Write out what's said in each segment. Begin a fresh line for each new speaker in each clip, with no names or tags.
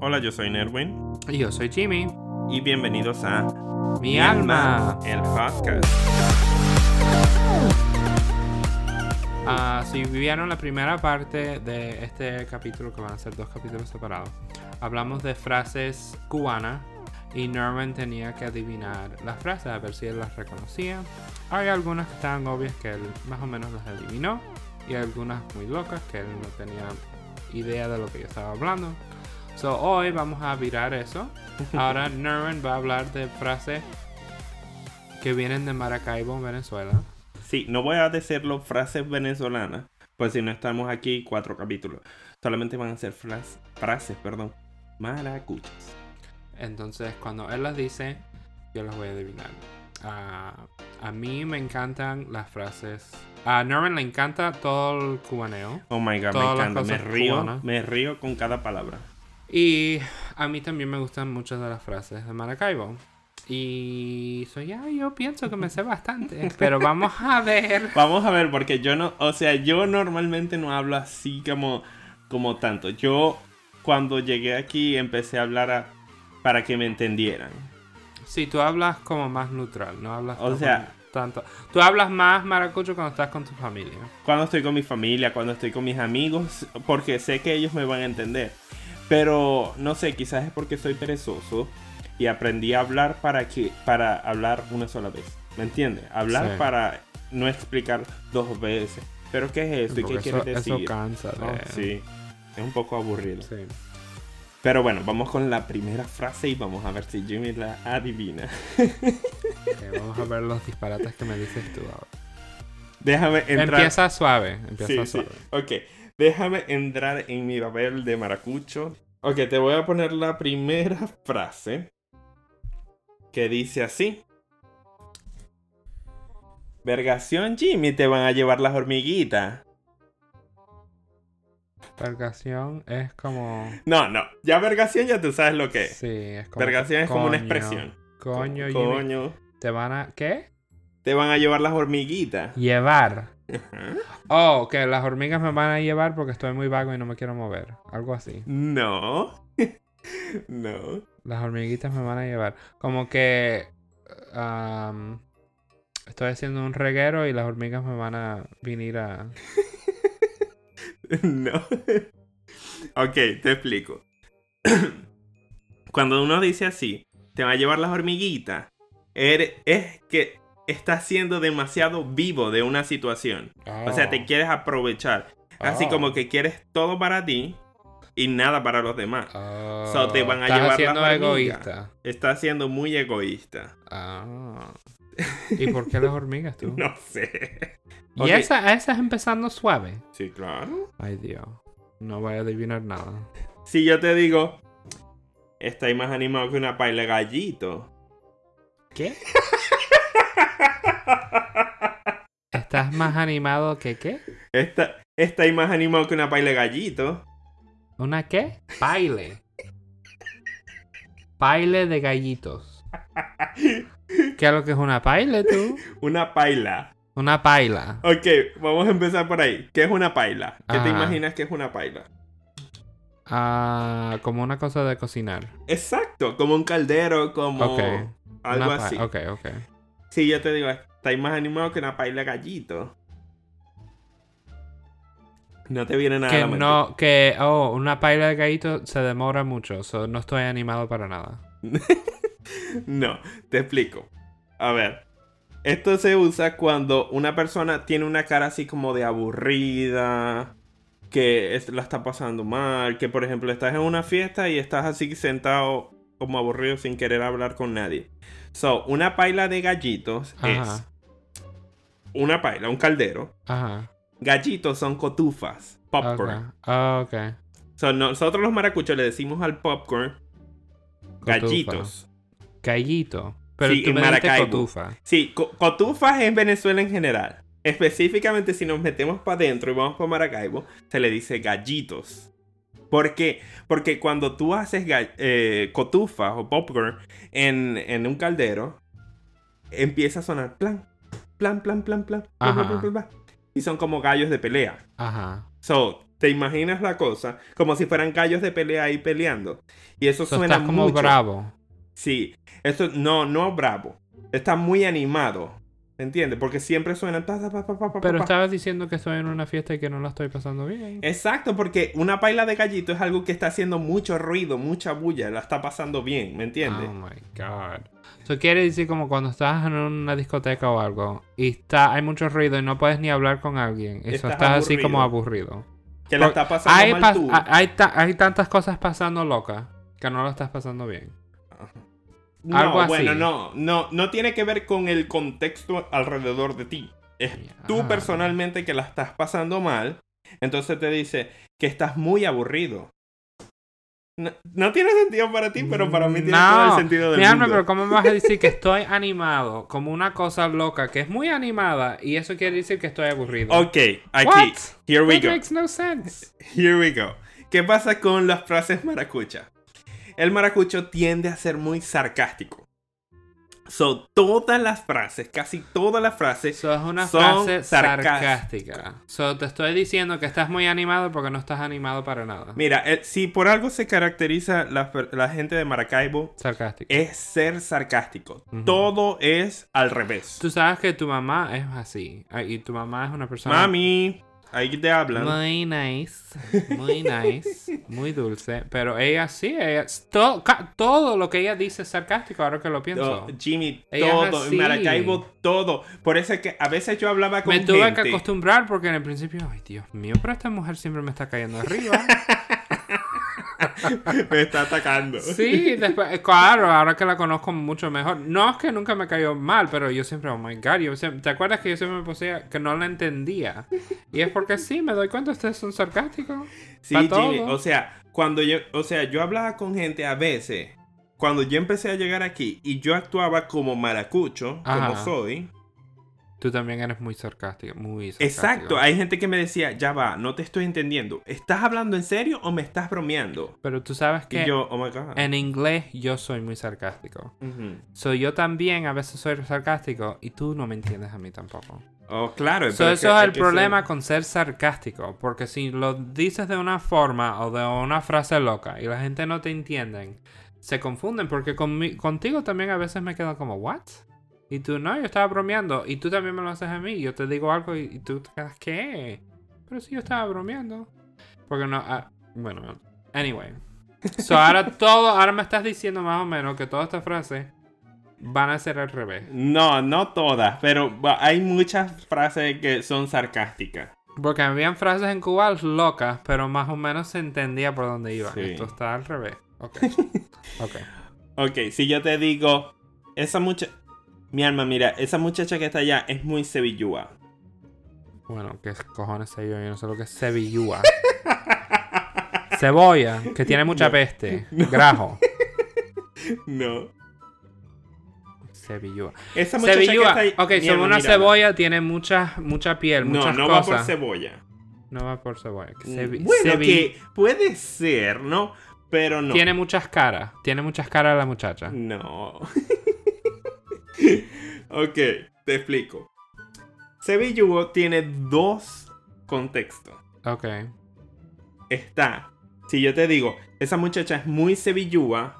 Hola, yo soy Nerwin
Y yo soy Jimmy.
y bienvenidos a
Mi alma.
el podcast.
Ah, si vieron la primera parte de este capítulo, que van a ser dos capítulos separados, hablamos de frases cubanas y Norman tenía que adivinar las frases, a ver si él las reconocía. Hay algunas que estaban obvias que él más o menos las adivinó y hay algunas muy locas que él no tenía idea de lo que yo estaba hablando. So, hoy vamos a virar eso. Ahora Norman va a hablar de frases que vienen de Maracaibo, Venezuela.
Sí, no voy a decirlo frases venezolanas, pues si no estamos aquí cuatro capítulos. Solamente van a ser fras- frases, perdón, maracuchas.
Entonces, cuando él las dice, yo las voy a adivinar. Ah, a mí me encantan las frases. A Norman le encanta todo el cubaneo.
Oh my god,
Todas
me
las
encanta. Me
cosas
río,
cubanas.
me río con cada palabra.
Y a mí también me gustan muchas de las frases de Maracaibo. Y soy ya, yo pienso que me sé bastante. pero vamos a ver.
Vamos a ver, porque yo no, o sea, yo normalmente no hablo así como, como tanto. Yo cuando llegué aquí empecé a hablar a- para que me entendieran.
Si tú hablas como más neutral, no hablas
O
como
sea-
tanto. Tú hablas más maracucho cuando estás con tu familia.
Cuando estoy con mi familia, cuando estoy con mis amigos, porque sé que ellos me van a entender. Pero no sé, quizás es porque soy perezoso y aprendí a hablar para que para hablar una sola vez. ¿Me entiendes? Hablar
Sí.
para no explicar dos veces. Pero ¿qué es esto? ¿Y
Porque
qué quieres
eso,
decir?
eso cansa.
Oh,
de-
sí, es un poco aburrido.
sí.
Pero bueno, vamos con la primera frase y vamos a ver si Jimmy la adivina.
Ok, vamos a ver los disparates que me dices tú ahora.
Déjame entrar.
Empieza suave, empieza
Sí, sí.
suave.
Ok, déjame entrar en mi papel de maracucho. Ok, te voy a poner la primera frase que dice así. Vergación Jimmy, te van a llevar las hormiguitas.
Vergación es como.
No, no, ya vergación ya tú sabes lo que es.
Sí, es como.
Eh, Vergación es como una
coño,
expresión.
Coño, Jimmy,
Coño,
Te van a. ¿Qué?
Te van a llevar las hormiguitas.
Llevar.
Ajá.
Oh, que las hormigas me van a llevar porque estoy muy vago y no me quiero mover. Algo así.
No. no.
Las hormiguitas me van a llevar. Como que. am, estoy haciendo un reguero y las hormigas me van a venir a.
No. ok, te explico. Cuando uno dice así, te va a llevar las hormiguitas, er- es que estás siendo demasiado vivo de una situación. O sea, te quieres aprovechar. Así
Oh.
como que quieres todo para ti y nada para los demás.
Oh,
So, te van a
estás
llevar las
haciendo
hormigas.
egoísta.
Estás siendo muy egoísta.
Ah. ¿Y por qué las hormigas tú?
No sé.
Y
Ok.
esa, esa es empezando suave.
Sí, claro.
Ay Dios. No voy a adivinar nada.
Si yo te digo, estáis más animado que una paila de gallito.
¿Qué? ¿Estás más animado que qué?
Está, estáis más animado que una paila de gallito.
¿Una qué? Baile. Baile de gallitos. ¿Qué es lo que es una paile tú?
Una paila.
Una paila.
Ok, vamos a empezar por ahí. ¿Qué es una paila? ¿Qué te
Ah.
imaginas que es una paila?
Ah, como una cosa de cocinar.
Exacto, como un caldero, como
Ok.
algo
Una pa-
así.
Ok, ok.
Si yo te digo, estáis más animado que una paila de gallito. No te viene nada a
Que
la mente.
no, que, oh, una paila de gallitos se demora mucho. so no estoy animado para nada.
No, te explico. A ver, esto se usa cuando una persona tiene una cara así como de aburrida, que es- la está pasando mal, que por ejemplo estás en una fiesta y estás así sentado como aburrido sin querer hablar con nadie. So, una paila de gallitos es
Ajá.
una paila, un caldero.
Ajá.
Gallitos son cotufas, popcorn.
Ok. Ah, ok.
So, nosotros los maracuchos le decimos al popcorn
Cotufa.
gallitos.
Gallito. Pero
Sí,
tú
en
me dijiste
Maracaibo.
cotufa.
Sí, co- cotufas en Venezuela en general. Específicamente si nos metemos para adentro y vamos para Maracaibo, se le dice gallitos. ¿Por qué? Porque cuando tú haces ga- eh, cotufas o popcorn en, en un caldero, empieza a sonar plan, plan, plan, plan, plan, plan, plan,
Ajá.
plan, plan, plan, y son como gallos de pelea.
Ajá.
So, ¿Te imaginas la cosa? Como si fueran gallos de pelea ahí peleando. Y eso
So,
suena
estás como
mucho.
bravo.
Sí, esto no, no bravo. Está muy animado. ¿Entiendes? Porque siempre suena. ta, ta, pa, pa, pa, pa,
Pero
pa.
estabas diciendo que estoy en una fiesta y que no la estoy pasando bien.
Exacto, porque una paila de gallito es algo que está haciendo mucho ruido, mucha bulla, la está pasando bien, ¿me entiendes?
Oh my god. Eso quiere decir como cuando estás en una discoteca o algo y está, hay mucho ruido y no puedes ni hablar con alguien. Eso
Estás
estás, así como aburrido.
que la
por-
está pasando
Hay,
mal
pas-
tú.
ha- hay, ta- hay tantas cosas pasando locas que no lo estás pasando bien.
no,
algo así.
bueno, no, no, no tiene que ver con el contexto alrededor de ti. Es tú
Ah.
personalmente que la estás pasando mal, entonces te dice que estás muy aburrido. No, no tiene sentido para ti, pero para mí tiene
No.
todo el sentido del
Mi alma,
mundo.
pero ¿cómo me vas a decir que estoy animado? Como una cosa loca que es muy animada y eso quiere decir que estoy aburrido.
Ok, aquí.
What?
Oh, Here we
That
go.
makes no sense.
Here we go. ¿Qué pasa con las frases maracucha? El maracucho tiende a ser muy sarcástico. Son todas las frases, casi todas las frases.
Eso es una
Son
frase
sarcásticas.
sarcástica. So, te estoy diciendo que estás muy animado porque no estás animado para nada.
Mira, eh, si por algo se caracteriza la, per- la gente de Maracaibo,
Sarcástica.
es ser sarcástico.
Ujú.
Todo es al revés.
Tú sabes que tu mamá es así. Ay, Y tu mamá es una persona
Mami, ahí te hablan.
muy nice. Muy nice. muy dulce. Pero ella sí, ella. Todo, ca- todo lo que ella dice es sarcástico ahora que lo pienso.
To- Oh, Jimmy,
Ella es
todo.
así.
En Maracaibo, todo. Por eso es que a veces yo hablaba con
Me tuve que
gente.
acostumbrar porque en el principio, ay Dios mío, pero esta mujer siempre me está cayendo arriba.
Me está atacando.
Sí, después, eh, claro, ahora que la conozco mucho mejor. No es que nunca me cayó mal, pero yo siempre, oh my god, yo siempre- ¿te acuerdas que yo siempre me posía que no la entendía? Y es porque sí, me doy cuenta, ustedes son sarcásticos.
Sí,
Pa' todo.
Jimmy, o sea, cuando yo, o sea, yo hablaba con gente a veces, cuando yo empecé a llegar aquí y yo actuaba como maracucho, como
Ajá.
soy.
Tú también eres muy sarcástico, muy sarcástico.
Exacto, hay gente que me decía, ya va, no te estoy entendiendo. ¿Estás hablando en serio o me estás bromeando?
Pero tú sabes que
Y yo, oh my god.
en inglés yo soy muy sarcástico.
Ujú.
Soy yo también a veces soy sarcástico y tú no me entiendes a mí tampoco.
Oh, claro.
So,
pero que-
eso es
hay
el
que
problema
ser-
con ser sarcástico, porque si lo dices de una forma o de una frase loca y la gente no te entienden, se confunden, porque conmi- contigo también a veces me quedo como, ¿what? Y tú, no, yo estaba bromeando, y tú también me lo haces a mí, yo te digo algo y, y tú te quedas, ¿qué? Pero si yo estaba bromeando. Porque no, ah, bueno, anyway. So, ahora todo, ahora me estás diciendo más o menos que todas estas frases van a ser al revés.
No, no todas, pero va- hay muchas frases que son sarcásticas.
Porque habían frases en Cuba locas, pero más o menos se entendía por dónde iban.
Sí.
Esto está al revés. Ok. ok.
Ok, si yo te digo, esa muchacha, mi alma, mira, esa muchacha que está allá es muy sevillúa.
Bueno, ¿qué cojones sé yo? Yo no sé lo que es sevillúa. Cebolla, que tiene mucha
No.
peste. Grajo.
No.
Sevillúa.
Esa muchacha
Sevillúa.
que está ahí-
Ok, sobre
Mierda,
una
mírala.
cebolla tiene mucha, mucha piel,
No,
muchas
no va
cosas.
por cebolla.
No va por cebolla. Que sevi-
bueno,
sevi-
que puede ser, ¿no? Pero no. Mm.
Tiene muchas caras. Tiene muchas caras la muchacha.
No. ok, te explico. Sevillugo tiene dos contextos.
Ok.
Está, si yo te digo, esa muchacha es muy sevillúa,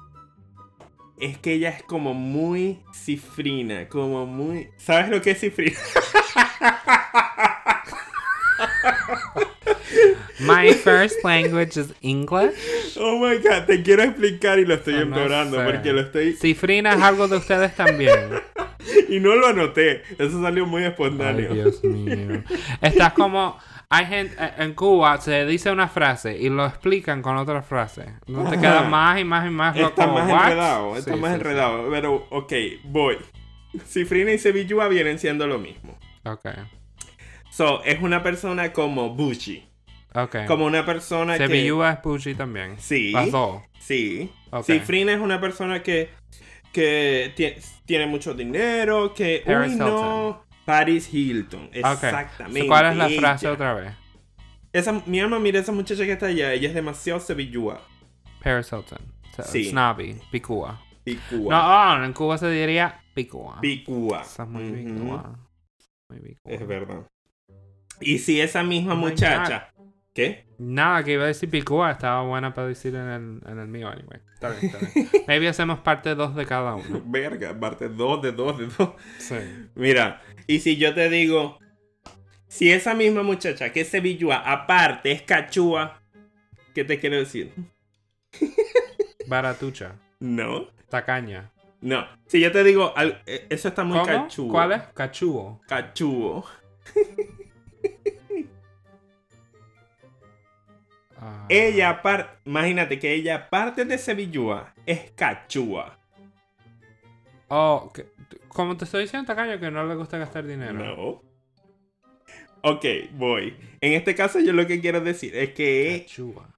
es que ella es como muy cifrina, como muy... ¿Sabes lo que es cifrina?
My first language is English.
Oh my god, te quiero explicar y lo estoy
Ah, no
empeorando
sé.
porque lo estoy
Cifrina es algo de ustedes también.
Y no lo anoté. Eso salió muy
Ay,
espontáneo.
Dios mío. Estás como. Hay gente. eh, En Cuba se dice una frase y lo explican con otra frase. No te
Ajá.
queda más y más y más loco.
está más
¿What?
enredado. Está
Sí,
más
sí,
enredado. Pero, ok, voy. Cifrina y Sevillúa vienen siendo lo mismo.
sí. Ok.
So, es una persona como Bushi.
Ok.
Como una persona
Sevillúa es Pucci también.
que... Sí.
Las dos.
Sí.
Ok.
Cifrina es una persona que... Que tie- tiene mucho dinero, que...
Paris
uy, no. Paris Hilton. Exactamente.
So, ¿Cuál es la frase
ella.
otra vez?
Esa, mi alma, mira esa muchacha que está allá. Ella es demasiado sevillúa.
Paris Hilton. So,
Sí.
Snobby. Picúa.
Picúa.
No, oh, en Cuba se diría Picúa.
Picúa.
Está muy
Ujú.
picúa. Muy picúa.
Es verdad. Y si esa misma
Oh my
muchacha ¿Qué?
Nada, que iba a decir Picúa, estaba buena para decir en el, en el mío, anyway. Está bien, está bien. Maybe hacemos parte 2 de cada uno.
Verga, parte 2 de 2 de 2.
Sí.
Mira, y si yo te digo, si esa misma muchacha que es sevillúa, aparte es cachúa, ¿qué te quiero decir?
Baratucha,
No,
tacaña.
no. Si yo te digo, al- eh, eso está muy
¿Cómo?
cachúo.
¿Cuál es? Cachúo.
Cachúo.
Ah,
Ella aparte, imagínate que ella aparte de sevillúa, es cachúa.
Oh, que- como te estoy diciendo, tacaño, que no le gusta gastar dinero.
No. Ok, voy. En este caso yo lo que quiero decir es que
Cachúa.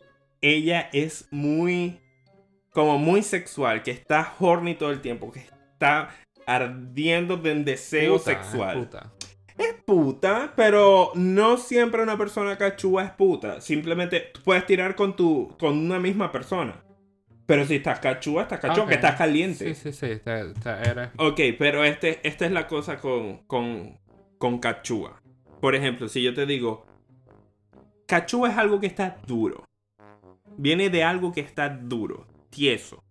ella es muy, como muy sexual, que está horny todo el tiempo, que está ardiendo de deseo
Puta, es
sexual. Es puta.
puta.
pero no siempre una persona cachúa es puta. Simplemente tú puedes tirar con tu, con una misma persona. Pero si estás cachúa, estás cachúa,
Ok.
que estás caliente.
Sí, sí, sí. te- te- eres-
Ok, pero este, esta es la cosa con, con, con cachúa. Por ejemplo, si yo te digo, cachúa es algo que está duro. Viene de algo que está duro, tieso.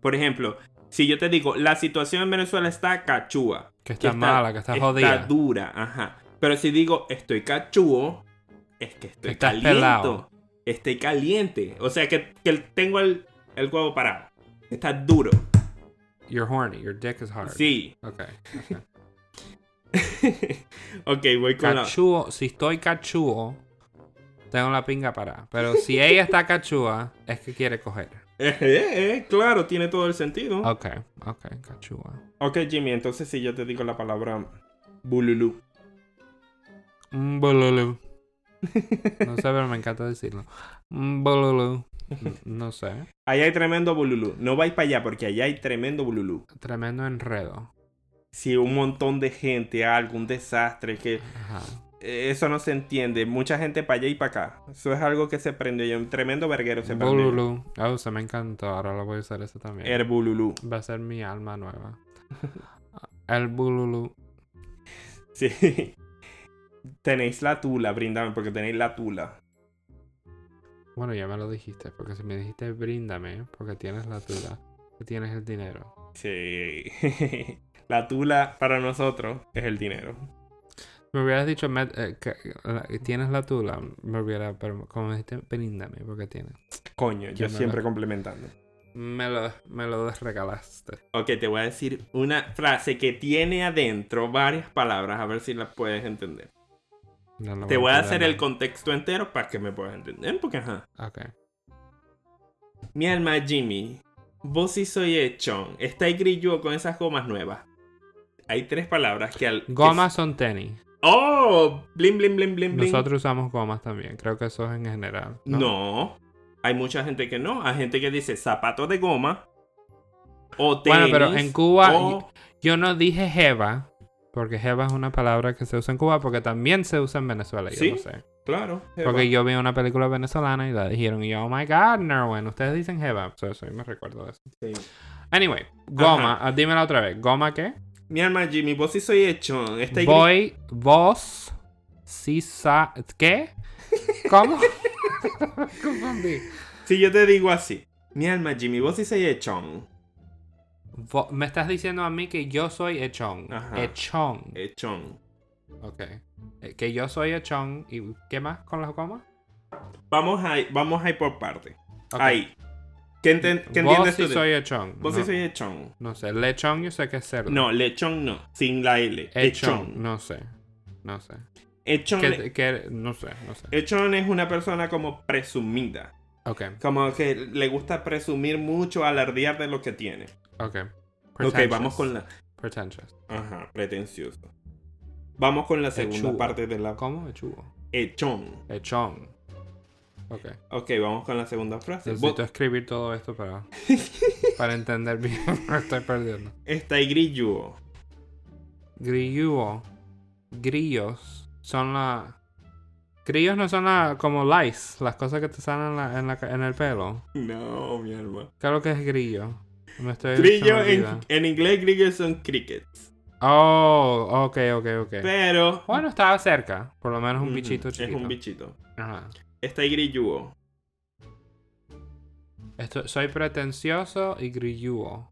Por ejemplo, si yo te digo, la situación en Venezuela está cachúa.
que está mala, que está jodida.
Está dura, ajá. Pero si digo, estoy cachúo, es que estoy
Estás
caliente.
pelado.
Estoy caliente. O sea que, que tengo el, el huevo parado. Está duro.
You're horny. Your dick is hard.
Sí.
Ok.
ok, voy con la...
Cachúo. Si estoy cachúo, tengo la pinga parada. Pero si ella está cachúa, es que quiere coger.
Eh, eh, eh, claro, tiene todo el sentido.
Ok, ok, cachúa.
Ok, Jimmy, entonces si yo te digo la palabra bululú.
Mm, bololú. No sé, pero me encanta decirlo. Mm, bololú. Mm, No sé.
Allá hay tremendo bululú. No vais para allá porque allá hay tremendo bululú.
Tremendo enredo.
Si un montón de gente, algún desastre, que
Ajá.
eh, eso no se entiende. Mucha gente para allá y para acá. Eso es algo que se prendió ya. Un tremendo verguero se prendió.
Bololú. Oh, se me encantó. Ahora lo voy a usar eso también.
El bululú.
Va a ser mi alma nueva. El bululú.
Sí. Tenéis la tula, brindame, porque tenéis la tula.
Bueno, ya me lo dijiste, porque si me dijiste bríndame, porque tienes la duda, que tienes el dinero.
Sí. la tula para nosotros es el dinero.
Me hubieras dicho, "Met- eh, que- la- tienes la tula, me hubiera, pero como dijiste, bríndame, porque tienes.
Coño, yo
Qué
siempre
mala.
complementando.
Me lo, me lo desregalaste.
Ok, te voy a decir una frase que tiene adentro varias palabras, a ver si las puedes entender.
No lo
te voy a hacer
entender
el contexto entero para que me puedas entender, porque ajá.
nada. Ok.
Mi alma, Jimmy, vos sí soy hechón. Está ahí grillo con esas gomas nuevas. Hay tres palabras que al. que-
Gomas son tenis.
¡Oh! Blim, blim, blim, blim, blim.
Nosotros usamos gomas también, creo que eso es en general.
No. Hay mucha gente que no. Hay gente que dice zapatos de goma. O tenis.
Bueno, pero en Cuba-
o-
Yo no dije jeva, porque jeva es una palabra que se usa en Cuba, porque también se usa en Venezuela, yo
¿Sí?
lo sé.
Claro.
Porque yo vi una película venezolana y la dijeron, y yo, oh my god, Nerwin, ustedes dicen jeva. So, eso yo me recuerdo de eso.
Sí.
Anyway, goma, ah, dímela otra vez. ¿Goma qué?
Mi alma, Jimmy, vos sí soy hechón. Está ahí grillo-
Voy, vos, si, sa, ¿qué? ¿Cómo? Me Confundí.
Si yo te digo así, mi alma Jimmy, vos sí soy hechón.
Vo- me estás diciendo a mí que yo soy echón.
Ajá. Eh.
Echón.
Hechón.
Ok. Eh, Que yo soy echón. ¿Y qué más con las gomas?
Vamos a, vamos a ir por parte.
Ok.
Ahí. ¿Qué, enten- qué
Vos
entiendes
sí
tú? de-
soy echón.
Vos
no,
sí soy hechón.
no sé, lechón yo sé que es cerdo.
No, lechón no. Sin la L.
Echón,
Hechón.
no sé. No sé.
Hechón,
Que, que- no sé, no sé.
hechón es una persona como presumida.
Ok,
Como que le gusta presumir mucho, alardear de lo que tiene.
ok.
Ok,
Pretentious,
vamos con la...
Pretentious.
Ajá, pretencioso. Vamos con la segunda
Hechugo.
parte de la...
¿Cómo? Echugo.
Hechón.
Echón. Ok.
Ok, vamos con la segunda frase. Vos-
Necesito escribir todo esto para, para entender bien. Me estoy perdiendo.
Está ahí grillo.
Grilluo. Grillos son la... Grillos no son la, como lice, las cosas que te salen en, la- en la ca- en el pelo.
No, mi alma.
¿Qué es lo que es grillo? Me estoy... se me
Grillo en,
olvida.
en inglés, grillos son crickets.
Oh, ok, ok, ok.
Pero.
Bueno, estaba cerca. Por lo menos un
Ujú,
bichito chiquito.
Es un bichito.
Ajá.
Está grillúo.
Esto- soy pretencioso y grillúo.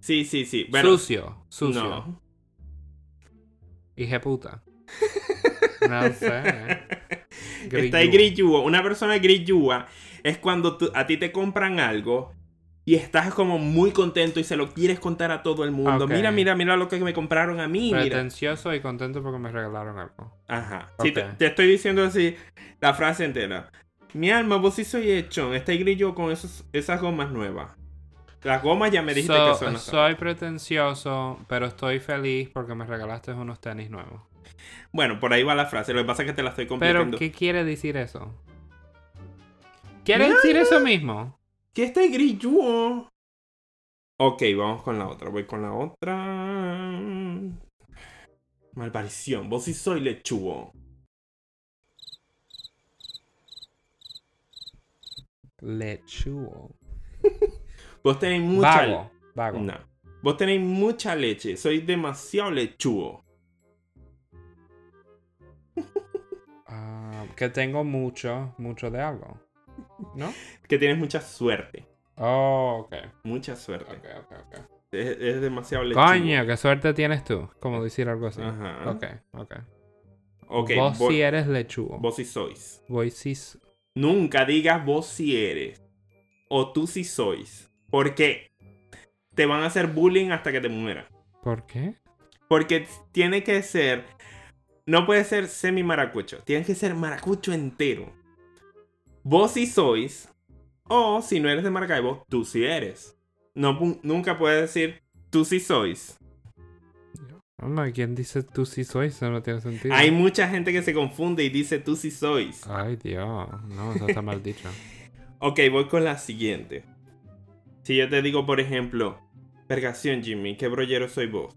Sí, sí, sí. Bueno,
sucio, sucio.
no.
Hija puta. No sé. eh.
Está grillúo. Una persona grillúa es cuando tú- a ti te compran algo y estás como muy contento y se lo quieres contar a todo el mundo.
Ok.
Mira, mira, mira lo que me compraron a mí. Mira.
Pretencioso y contento porque me regalaron algo.
Ajá. Sí, te,
Ok.
te estoy diciendo así la frase entera. Mi alma, vos sí soy hecho. Está grillo con esos, esas gomas nuevas. Las gomas ya me dijiste
So-
que son las-
soy pretencioso, pero estoy feliz porque me regalaste unos tenis nuevos.
Bueno, por ahí va la frase. Lo que pasa es que te la estoy completando.
Pero, ¿qué quiere decir eso? ¿Quiere decir eso mismo?
¿Qué está grillo? Ok, vamos con la otra. Voy con la otra. Malparición. Vos sí soy lechugo.
Lechugo.
Vos tenéis mucha...
Vago. Vago.
No. Vos tenéis mucha leche. Soy demasiado lechugo.
Ah, que tengo mucho, mucho de algo. ¿No?
Que tienes mucha suerte.
Oh, ok.
Mucha suerte.
Ok, ok, ok.
Es, es demasiado lechugo.
Coño, qué suerte tienes tú. Como decir algo así.
Eh. Ajá.
Ok, ok.
Ok,
vos
vos,
sí eres lechugo.
vos sí sois.
Vos sí. s-
Nunca digas vos sí eres. O tú sí sois. Porque te van a hacer bullying hasta que te mueras.
¿Por qué?
Porque tiene que ser. No puede ser semi maracucho. Tienes que ser maracucho entero. Vos sí sois. O si no eres de Maracaibo, tú sí eres. No, pu- nunca puedes decir tú sí sois.
Mamá, ¿quién dice tú sí sois? Eso no tiene sentido.
Hay mucha gente que se confunde y dice tú sí sois.
Ay, Dios. No, eso está mal dicho.
Ok, voy con la siguiente. Si yo te digo, por ejemplo, Vergación, Jimmy, ¿qué brollero soy vos?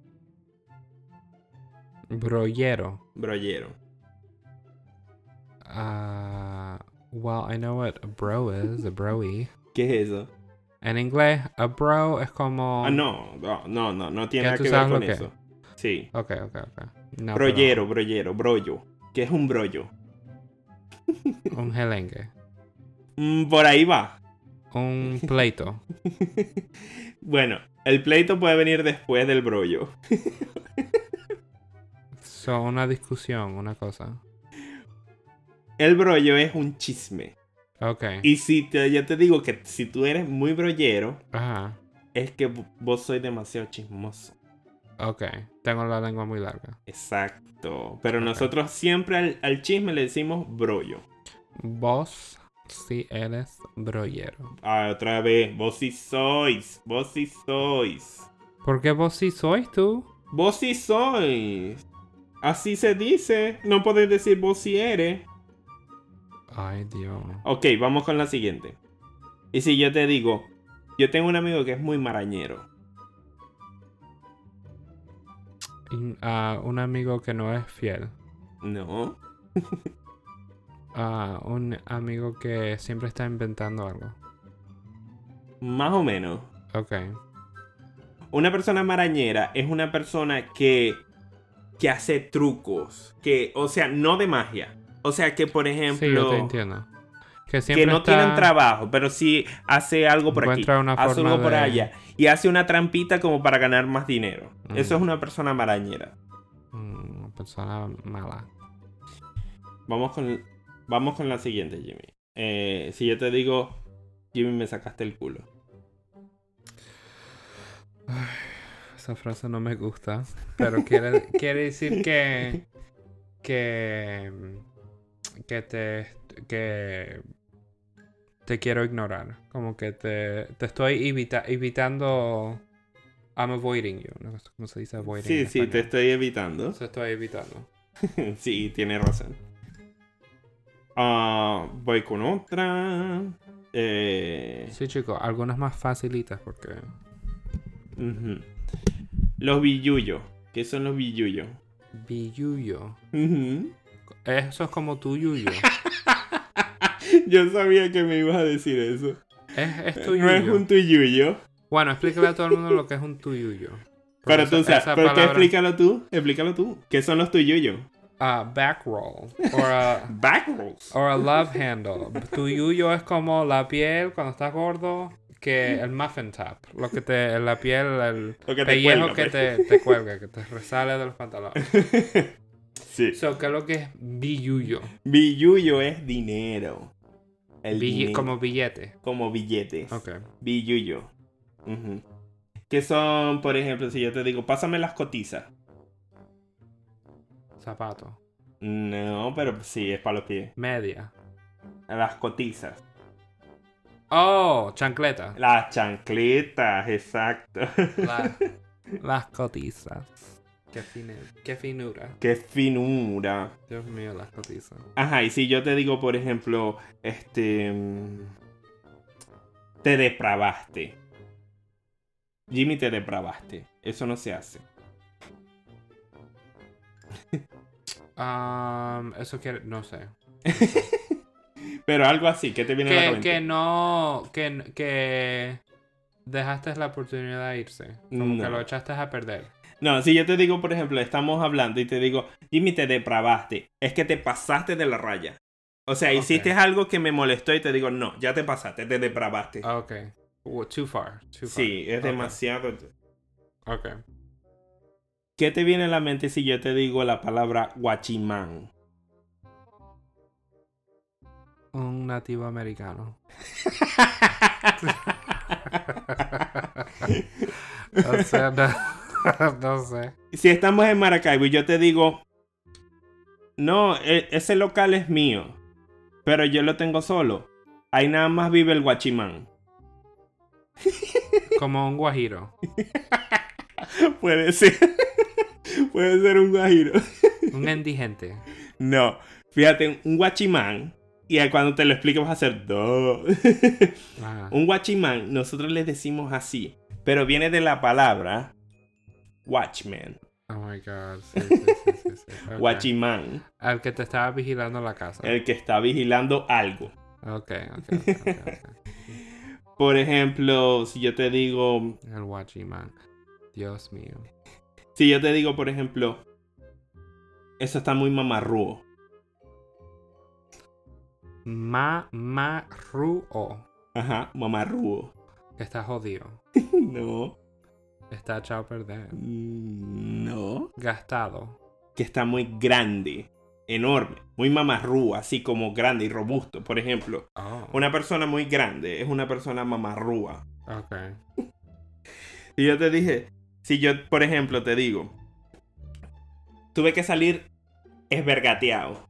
Brollero.
Brollero.
Ah, well, I know what a bro is, a broy.
¿Qué es eso?
En inglés, a bro es como.
Ah, no, no, no, no, no tiene
Ya
nada
tú
que ver
sabes lo
con
que es. Ah,
eso. Sí.
Ok, ok, ok. No,
brollero, brollero, brollo. ¿Qué es un brollo?
pero Un gelengue.
Mm, por ahí va.
Un pleito.
Bueno, el pleito puede venir después del brollo.
So, una discusión, una cosa.
El brollo es un chisme.
Ok.
Y si te, yo te digo que si tú eres muy brollero,
Ajá.
es que vo- vos soy demasiado chismoso.
Ok. Tengo la lengua muy larga.
Exacto. Pero
Ok.
nosotros siempre al, al chisme le decimos brollo.
Vos sí eres brollero.
Ah, otra vez. Vos sí sois. Vos sí sois.
¿Por qué vos sí sois tú?
Vos sí sois. Así se dice. No podés decir vos sí eres.
Ay, Dios.
Ok, vamos con la siguiente. Y si yo te digo, yo tengo un amigo que es muy marañero.
Y, ah, un amigo que no es fiel.
No.
Ah, un amigo que siempre está inventando algo.
Más o menos.
Ok.
Una persona marañera es una persona que. que hace trucos. Que, o sea, no de magia. O sea que, por
sí, yo
ejemplo.
te entiendo. Que siempre
que no
está...
tienen trabajo, pero sí hace algo por aquí,
Encuentra una
hace
forma
algo por
de-
allá y hace una trampita como para ganar más dinero.
Mm.
Eso es una persona marañera.
Mm, una persona mala.
Vamos con, vamos con la siguiente, Jimmy. Eh, si yo te digo, Jimmy, me sacaste el culo.
Esa frase no me gusta, pero quiere, quiere decir que que que te que te quiero ignorar, como que te, te estoy evita- evitando I'm avoiding you, no sé cómo se dice avoiding.
Sí,
en
sí, te
español.
estoy evitando.
Te estoy evitando.
sí, tienes razón. Ah, voy con otra. Eh,
Sí, chicos, algunas más facilitas porque
ujú. Los billullos. ¿Qué son los billullos?
biyuyo.
Ujú.
Eso es como tu yuyo.
Yo sabía que me ibas a decir eso.
Es, es tu
No es
yuyo.
un tuyuyo.
Bueno, explícale a todo el mundo lo que es un tuyuyo.
Pero
Porque
tú
esa-
sabes,
esa
¿por qué
palabra-
explícalo tú? Explícalo tú. ¿Qué son los tuyuyos?
a Ah, back roll or a,
Back rolls.
or a love handle. Tu yuyo es como la piel cuando estás gordo, que el muffin top, lo que te, la piel, el
Lo que te
pellejo
cuelga,
que
pues.
te, te cuelga, que te resale de los pantalones.
Sí.
So, ¿qué es lo que es biyuyo?
Billuyo es dinero. El
Bill-
dinero. Como...
como billete.
billetes.
Ok.
Billuyo. Ujú. Que son, por ejemplo, si yo te digo, pásame las cotizas.
Zapato.
No, pero sí, es para los pies.
Media.
Las cotizas.
Oh, chancleta.
Las chancletas, exacto.
La- las cotizas. Qué, fine- qué finura.
Qué finura.
Dios mío, las cotizas.
Ajá, y si yo te digo, por ejemplo, este. mm, Te depravaste. Jimmy, te depravaste. Eso no se hace.
Um, eso quiere. No sé.
Pero algo así, ¿qué te viene a la
Que,
mente?
que no. Que, que dejaste la oportunidad de irse. Como
No.
que lo echaste a perder.
No, si yo te digo, por ejemplo, estamos hablando y te digo, Jimmy, te depravaste. Es que te pasaste de la raya. O sea,
Ok.
hiciste algo que me molestó y te digo, no, ya te pasaste, te depravaste.
Ah, Ok. Wo- Too far. Too far.
sí, es
Ok,
demasiado.
Ok.
¿Qué te viene a la mente si yo te digo la palabra guachimán?
Un nativo americano. o sea, no, no sé.
si estamos en Maracaibo y yo te digo, no, e- ese local es mío, pero yo lo tengo solo. Ahí nada más vive el guachimán.
Como un guajiro.
Puede ser. Puede ser un guajiro.
Un indigente.
No, fíjate, un guachimán. Y ahí cuando te lo explique vas a hacer dos.
Ajá.
un guachimán, nosotros le decimos así, pero viene de la palabra watchman,
Oh my god. Sí, sí, sí, sí, sí. Ok.
guachimán,
Al que te estaba vigilando la casa.
el que está vigilando algo.
Ok, ok, ok, ok, ok.
Por ejemplo, si yo te digo,
El Watchman. Dios mío.
Si yo te digo, por ejemplo, eso está muy mamarrúo.
Ma, ma, ru, o.
Ajá, mamarrúo.
Que está jodido.
No,
Está echado a perder.
mm, no.
Gastado.
Que está muy grande, enorme, muy mamarrúo, así como grande y robusto. Por ejemplo,
Oh,
una persona muy grande es una persona mamarrúa.
ok.
Y yo te dije, si yo, por ejemplo, te digo, tuve que salir esvergateado.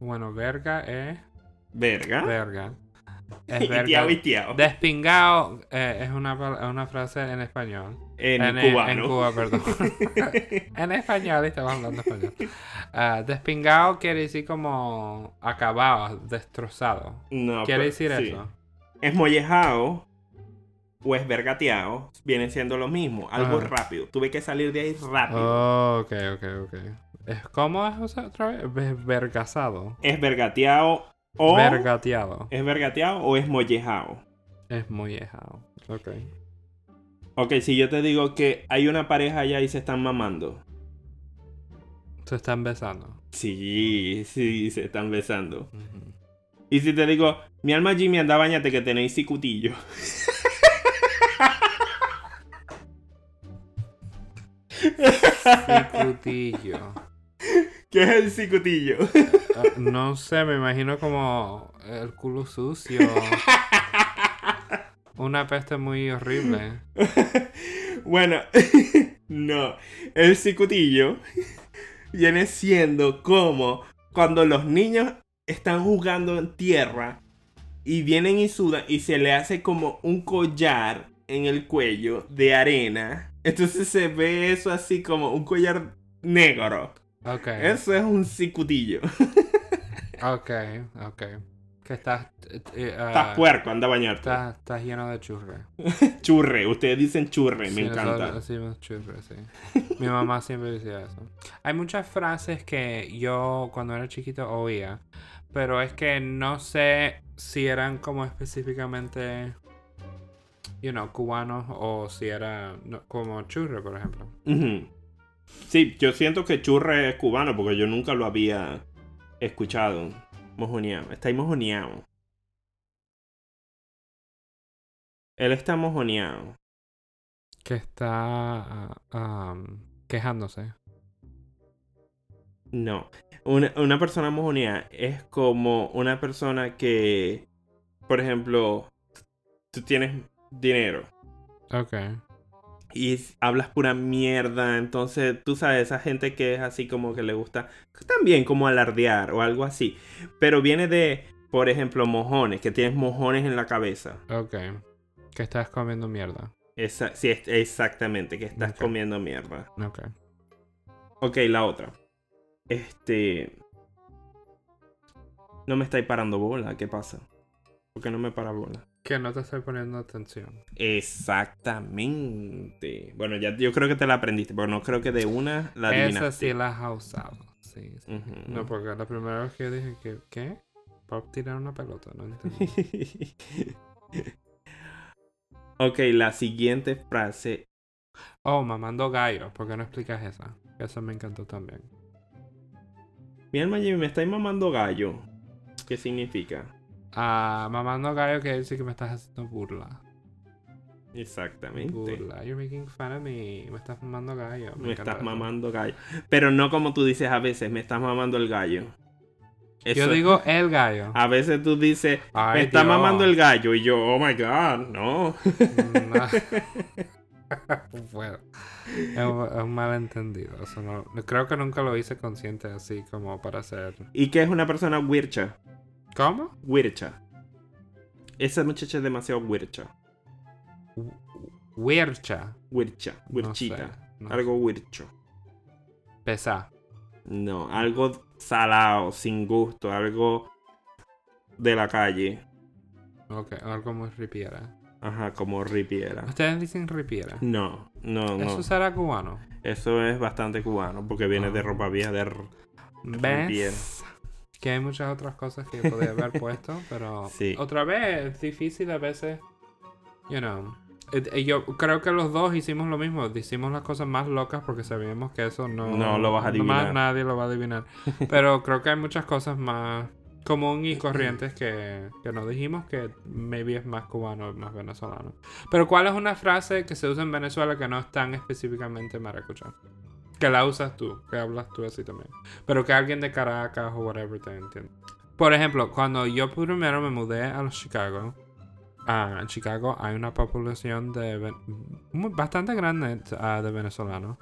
Bueno, verga es
Verga.
verga. Es
Ah. Y tiao y
verga.
tiao.
Despingado eh, es una, pal- una frase en español.
En,
eh,
cubano.
en Cuba, perdón. en español, estamos hablando español. Ah, despingado quiere decir como acabado, destrozado.
No, pero-
Quiere decir
sí.
eso.
esmollejado o esvergateado viene siendo lo mismo, algo
Ajá.
rápido. Tuve que salir de ahí rápido.
Oh, ok, ok, ok. Es- ¿Cómo es o sea, otra vez? Ve- Vergasado.
Esvergateado o
Vergateado.
esvergateado o esmollejado.
Es muy ejado. Ok.
Ok, si yo te digo que hay una pareja allá y se están mamando.
Se están besando.
Sí, sí, se están besando.
Ujú.
Y si te digo, mi alma Jimmy, anda bañate que tenéis cicutillo.
Cicutillo.
¿Qué es el cicutillo?
Ah, no sé, me imagino como el culo sucio. Una peste muy horrible.
Bueno, no. El cicutillo viene siendo como cuando los niños están jugando en tierra y vienen y sudan y se le hace como un collar en el cuello de arena. Entonces se ve eso así como un collar negro.
Ok.
Eso es un cicutillo.
Ok, ok. Que estás. eh, eh, ah,
Estás puerco, anda a bañarte.
estás- estás lleno de churre.
Churre, ustedes dicen churre, me
Sí, nosotros
encanta.
decimos churro, sí. Mi mamá siempre decía eso. Hay muchas frases que yo cuando era chiquito oía, pero es que no sé si eran como específicamente, you know, cubanos o si era no, como churro, por ejemplo.
Ujú. Sí, yo siento que churre es cubano porque yo nunca lo había escuchado. Mojoneado. Está ahí mojoneado. Él está mojoneado.
Que está ah, um, quejándose.
No. Una, una persona mojoneada es como una persona que, por ejemplo, tú tienes dinero
Ok.
y s- hablas pura mierda. Entonces, tú sabes, esa gente que es así como que le gusta también como alardear o algo así. Pero viene de, por ejemplo, mojones, que tienes mojones en la cabeza.
Ok. Que estás comiendo mierda.
Esa, sí, es- exactamente, que estás
Ok.
comiendo mierda.
Ok.
Ok, la otra. Este. No me estáis parando bola, ¿qué pasa? ¿Por qué no me para bola?
Que no te estoy poniendo atención.
Exactamente. Bueno, ya yo creo que te la aprendiste, pero no creo que de una la
Esa
adivinaste.
sí la has usado. Sí, sí.
Ujú.
No, porque la primera vez que yo dije que, ¿qué? Pop tirar una pelota, no entendí.
ok, la siguiente frase.
Oh, mamando gallo, ¿por qué no explicas esa? Esa me encantó también.
Mi alma Jimmy, me estáis mamando gallo. ¿Qué significa?
Ah, mamando gallo quiere decir que me estás haciendo burla.
Exactamente.
Burla. You're making fun of me. Me estás mamando gallo.
Me
encanta
estás
eso.
mamando gallo. Pero no como tú dices a veces, me estás mamando el gallo. Eso-
Yo digo el gallo.
A veces tú dices,
Ay,
me está
Dios.
mamando el gallo. Y yo, oh my god, no.
No. bueno, es un, es un malentendido. Eso no- no- creo que nunca lo hice consciente así como para hacer.
¿Y qué es una persona wircha?
¿Cómo?
Wircha. Esa muchacha es demasiado wircha.
Huercha.
Wircha.
No sé,
Wirchita.
no
Algo wircho.
sé. Pesá.
No, algo salado, sin gusto, algo de la calle.
Ok, algo muy ripiera.
Ajá, como ripiera.
Ustedes dicen ripiera.
No, no, no.
Eso será cubano.
Eso es bastante cubano porque viene de
Ah.
ropa vieja, de r-
¿Ves?
Ripiera.
Que hay muchas otras cosas que podría haber puesto, pero
Sí.
otra vez es difícil a veces. You know. Eh, eh, Yo creo que los dos hicimos lo mismo, hicimos las cosas más locas porque sabíamos que eso no,
No lo vas a adivinar.
Más nadie lo va a adivinar. Pero creo que hay muchas cosas más común y corrientes que, que no dijimos que maybe es más cubano, más venezolano. Pero ¿cuál es una frase que se usa en Venezuela que no es tan específicamente maracucha? Que la usas tú, que hablas tú así también. Pero que alguien de Caracas o whatever te entiende. Por ejemplo, cuando yo primero me mudé a los Chicago, ah, en Chicago hay una población de ven- muy- bastante grande ah, de venezolanos.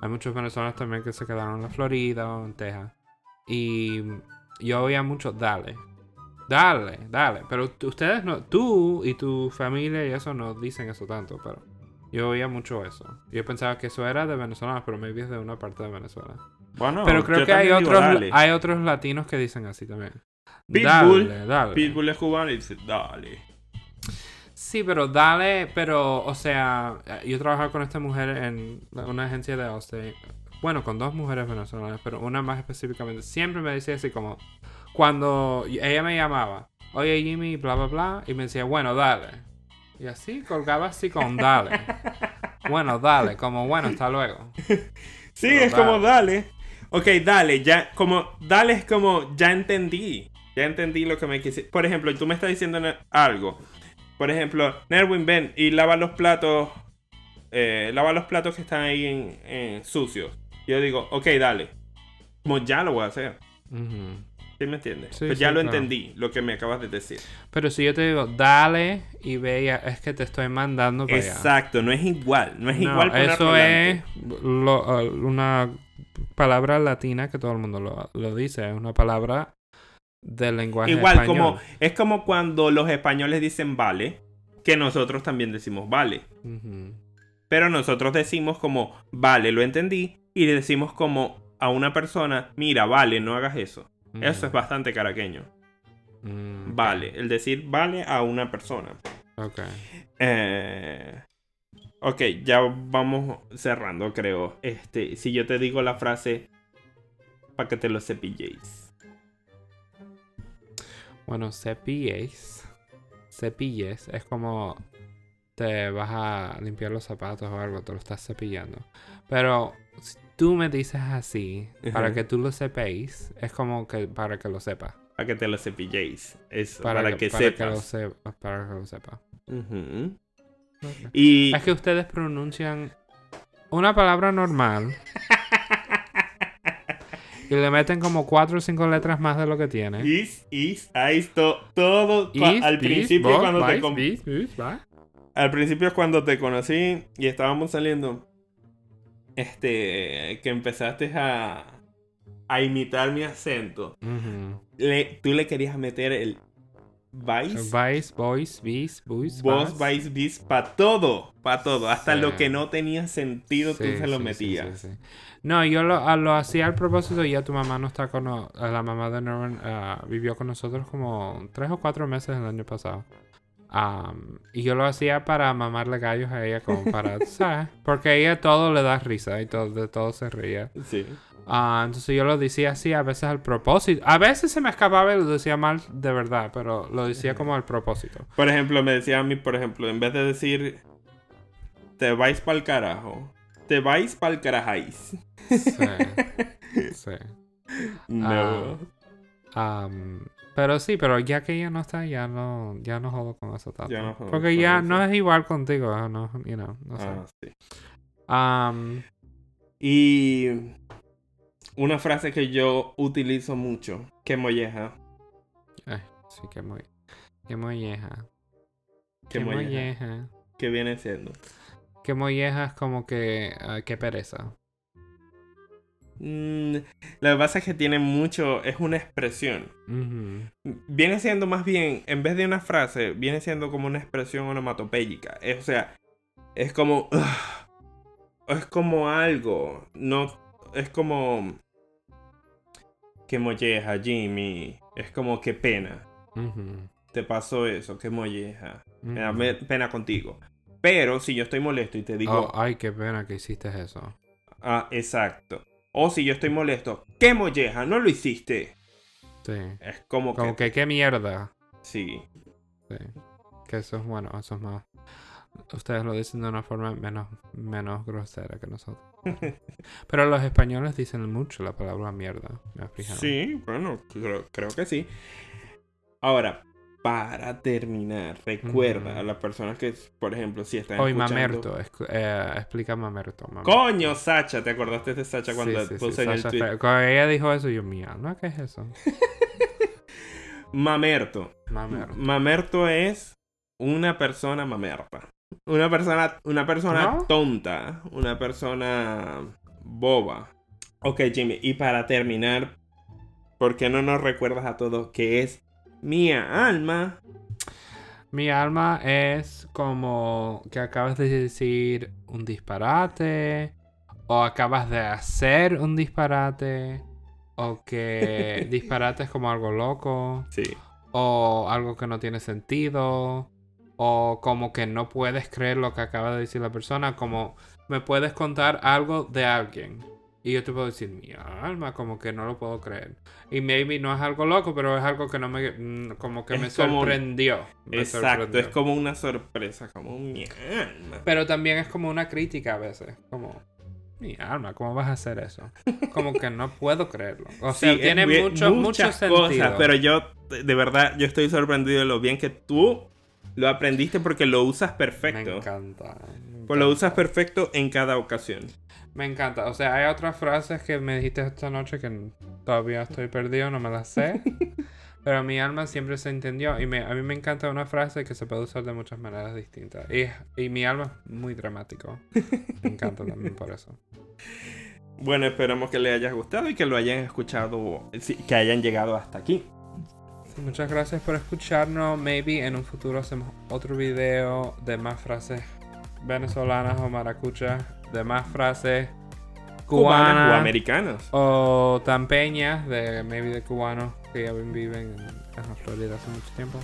Hay muchos venezolanos también que se quedaron en la Florida o en Texas. Y yo oía mucho, dale, dale, dale. Pero t- ustedes no, tú y tu familia y eso no dicen eso tanto, pero yo oía mucho eso. Yo pensaba que eso era de venezolanos, pero maybe es de una parte de Venezuela.
Bueno,
Pero creo
yo
que hay
también digo,
otros,
dale.
hay otros latinos que dicen así también.
Pitbull.
Dale, dale.
Pitbull es cubano y dice, dale.
Sí, pero dale, pero, o sea, eh, yo trabajaba con esta mujer en la- una agencia de Austin. Bueno, con dos mujeres venezolanas, pero una más específicamente. Siempre me decía así como, cuando y- ella me llamaba, oye Jimmy, bla, bla, bla, y me decía, bueno, dale. Y así colgaba así con dale. bueno, dale, como bueno, hasta luego.
Sí,
Pero
es como dale. Ok, dale, ya, como, dale es como, ya entendí. Ya entendí lo que me quisiste. Por ejemplo, tú me estás diciendo ne- algo. Por ejemplo, Nerwin, ven y lava los platos. eh, lava los platos que están ahí en, en sucios. Yo digo, ok, dale. Como ya lo voy a hacer.
Ujú.
¿Sí me entiendes?
Sí,
Pues ya
sí,
lo
claro.
entendí, lo que me acabas de decir.
Pero si yo te digo, dale y ve, ya- es que te estoy mandando para allá.
Exacto, no es igual. No es
pues No,
igual ponerlo
eso
adelante.
es lo- eh, una palabra latina que todo el mundo lo, lo dice, es una palabra del lenguaje
Igual,
español.
como es como cuando los españoles dicen vale, que nosotros también decimos vale.
Ujú.
Pero nosotros decimos como vale, lo entendí, y le decimos como a una persona, mira, vale, no hagas eso. Eso es
Ujú.
bastante caraqueño.
Mm, ok,
Vale, el decir vale a una persona.
ok.
Eh, ok, ya vamos cerrando, creo. Este, si yo te digo la frase, para que te lo cepilléis.
Bueno, cepilles. Cepilles es como te vas a limpiar los zapatos o algo, te lo estás cepillando. Pero si tú me dices así, para
Ajá.
que tú lo sepáis, es como que para que lo sepas.
Para que te lo cepilléis. Eso,
Para,
para, que,
para que lo
sepas.
sepa. Para que lo sepa.
Ujú.
Ok.
Y
Es que ustedes pronuncian una palabra normal y le meten como cuatro o cinco letras más de lo que tiene.
is, is, ice, to- todo. cua-
Is,
al,
bis,
principio,
bos,
cuando te
bis,
com-
bis, bis, ba.
al principio cuando te conocí y estábamos saliendo, este, que empezaste a, a imitar mi acento,
Ujú.
le- tú le querías meter el vice.
Vice, voice, bis, buis,
Vos
bas.
vais bis para todo, para todo. Hasta
Sí.
lo que no tenía sentido tú
Sí,
se lo
sí, sí,
metías.
sí, sí. No, yo lo, a- lo hacía al propósito y ya tu mamá no está con no- eh, La mamá de Norman ah, vivió con nosotros como tres o cuatro meses el año pasado. Am, y yo lo hacía para mamarle gallos a ella, como para, tú ¿sabes? Porque ella todo le da risa y todo, de todo se ríe.
Sí.
Ah, entonces yo lo decía así, a veces al propósito. A veces se me escapaba y lo decía mal de verdad, pero lo decía como al propósito.
Por ejemplo, me decía a mí, por ejemplo, en vez de decir te vais pa'l carajo, te vais pa'l carajáis.
Sí, sí. Ah,
No.
Am, pero sí, pero ya que ella no está, ya no, ya no jodo con eso tanto.
Ya no jodo
Porque
con
ya
eso.
no es igual contigo, ah, no, you know, no sé.
Ah, sí. Ah.
Am,
Y una frase que yo utilizo mucho, que molleja.
sí, que muy, que molleja.
Que
Que
molleja.
molleja.
Que viene siendo.
Que molleja es como que, ah, que pereza.
Mm, lo que pasa es que tiene mucho, es una expresión.
Ujú.
Viene siendo más bien, en vez de una frase, viene siendo como una expresión onomatopéyica. Es- o sea, es como. "Ugh". es como algo. No. Es como. Que molleja, Jimmy. Es como que pena.
Ujú.
Te pasó eso, que molleja. Me da
Ujú.
me- pena contigo. Pero si yo estoy molesto y te digo.
Oh, ay, qué pena que hiciste eso.
Ah, exacto. O si yo estoy molesto, que molleja, no lo hiciste.
Sí.
Es como,
Como
que.
que qué mierda.
Sí.
Sí. Que eso es bueno, eso es más. Ustedes lo dicen de una forma menos, menos grosera que nosotros. Pero los españoles dicen mucho la palabra mierda. Me he fijado.
Sí, bueno, creo, creo que sí. Ahora, para terminar, recuerda
Ujú.
a las personas que, por ejemplo, si están
Hoy
escuchando...
mamerto. escu- eh, explica mamerto. mamerto.
¡Coño, Sacha! ¿Te acordaste de Sacha
Sí,
cuando
sí, sí,
puse en el
Sasha
tweet?
Fe- Cuando ella dijo eso, yo mía, ¿no? ¿Qué es eso?
Mamerto.
Mamerto.
Mamerto es una persona mamerta. Una persona, una persona
¿No?
tonta. Una persona boba. Ok, Jimmy, y para terminar, ¿por qué no nos recuerdas a todos que es mía alma?
Mi alma es como que acabas de decir un disparate, o acabas de hacer un disparate, o que disparate es como algo loco,
Sí.
o algo que no tiene sentido, o como que no puedes creer lo que acaba de decir la persona, como me puedes contar algo de alguien. Y yo te puedo decir, mi alma, como que no lo puedo creer. Y maybe no es algo loco, pero es algo que no me... mm, Como que me
Es como-
sorprendió. me
Exacto, es
sorprendió.
como una sorpresa, como mi alma.
Pero también es como una crítica a veces. Como, mi alma, ¿cómo vas a hacer eso? Como que no puedo creerlo. O sea,
Sí, es
tiene
bien-
mucho, mucho
muchas
sentido.
cosas, pero yo, de verdad, yo estoy sorprendido de lo bien que tú lo aprendiste porque lo usas
me
perfecto.
encanta. me
Pues lo
encanta.
usas perfecto en cada ocasión.
Me encanta. O sea, hay otras frases que me dijiste esta noche que todavía estoy perdido, no me las sé. Pero mi alma siempre se entendió. Y me- a mí me encanta una frase que se puede usar de muchas maneras distintas. Y, y mi alma es muy dramático. Me encanta también por eso.
Bueno, esperamos que les haya gustado y que lo hayan escuchado, sí, que hayan llegado hasta aquí.
Muchas gracias por escucharnos. Maybe en un futuro hacemos otro video de más frases venezolanas o maracuchas, de más frases
Cubanas o
cubanas
americanas.
o tampeñas, de maybe de cubanos que ya viven en, en la Florida hace mucho tiempo.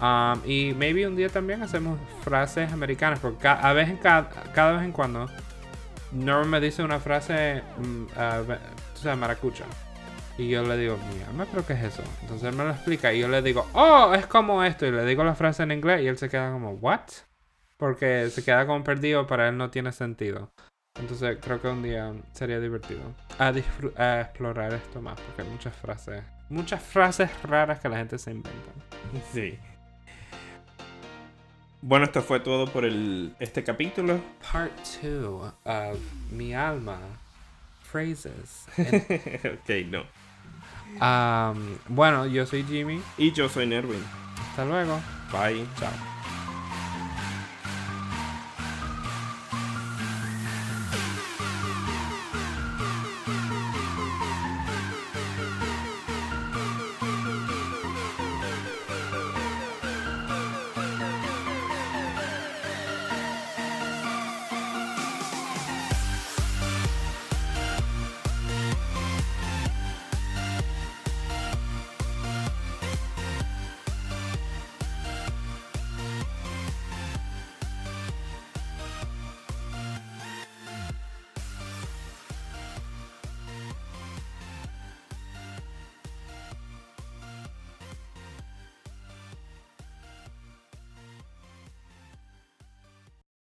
Um, y maybe un día también hacemos frases americanas, porque ca- a vez en ca- cada vez en cuando Norm me dice una frase, mm, ah, ve- tú sabes, maracucha. Y yo le digo, mira, no creo que es eso. Entonces él me lo explica y yo le digo, oh, es como esto. Y le digo la frase en inglés y él se queda como, what? Porque se queda como perdido, para él no tiene sentido. Entonces creo que un día sería divertido a, disfr- a explorar esto más, porque hay muchas frases, muchas frases raras que la gente se inventa.
Sí. Bueno, esto fue todo por el, este capítulo.
Part 2 of Mi Alma, Phrases.
ok, no.
Um, bueno, yo soy Jimmy,
Y yo soy Nerwin.
hasta luego.
Bye.
Chao.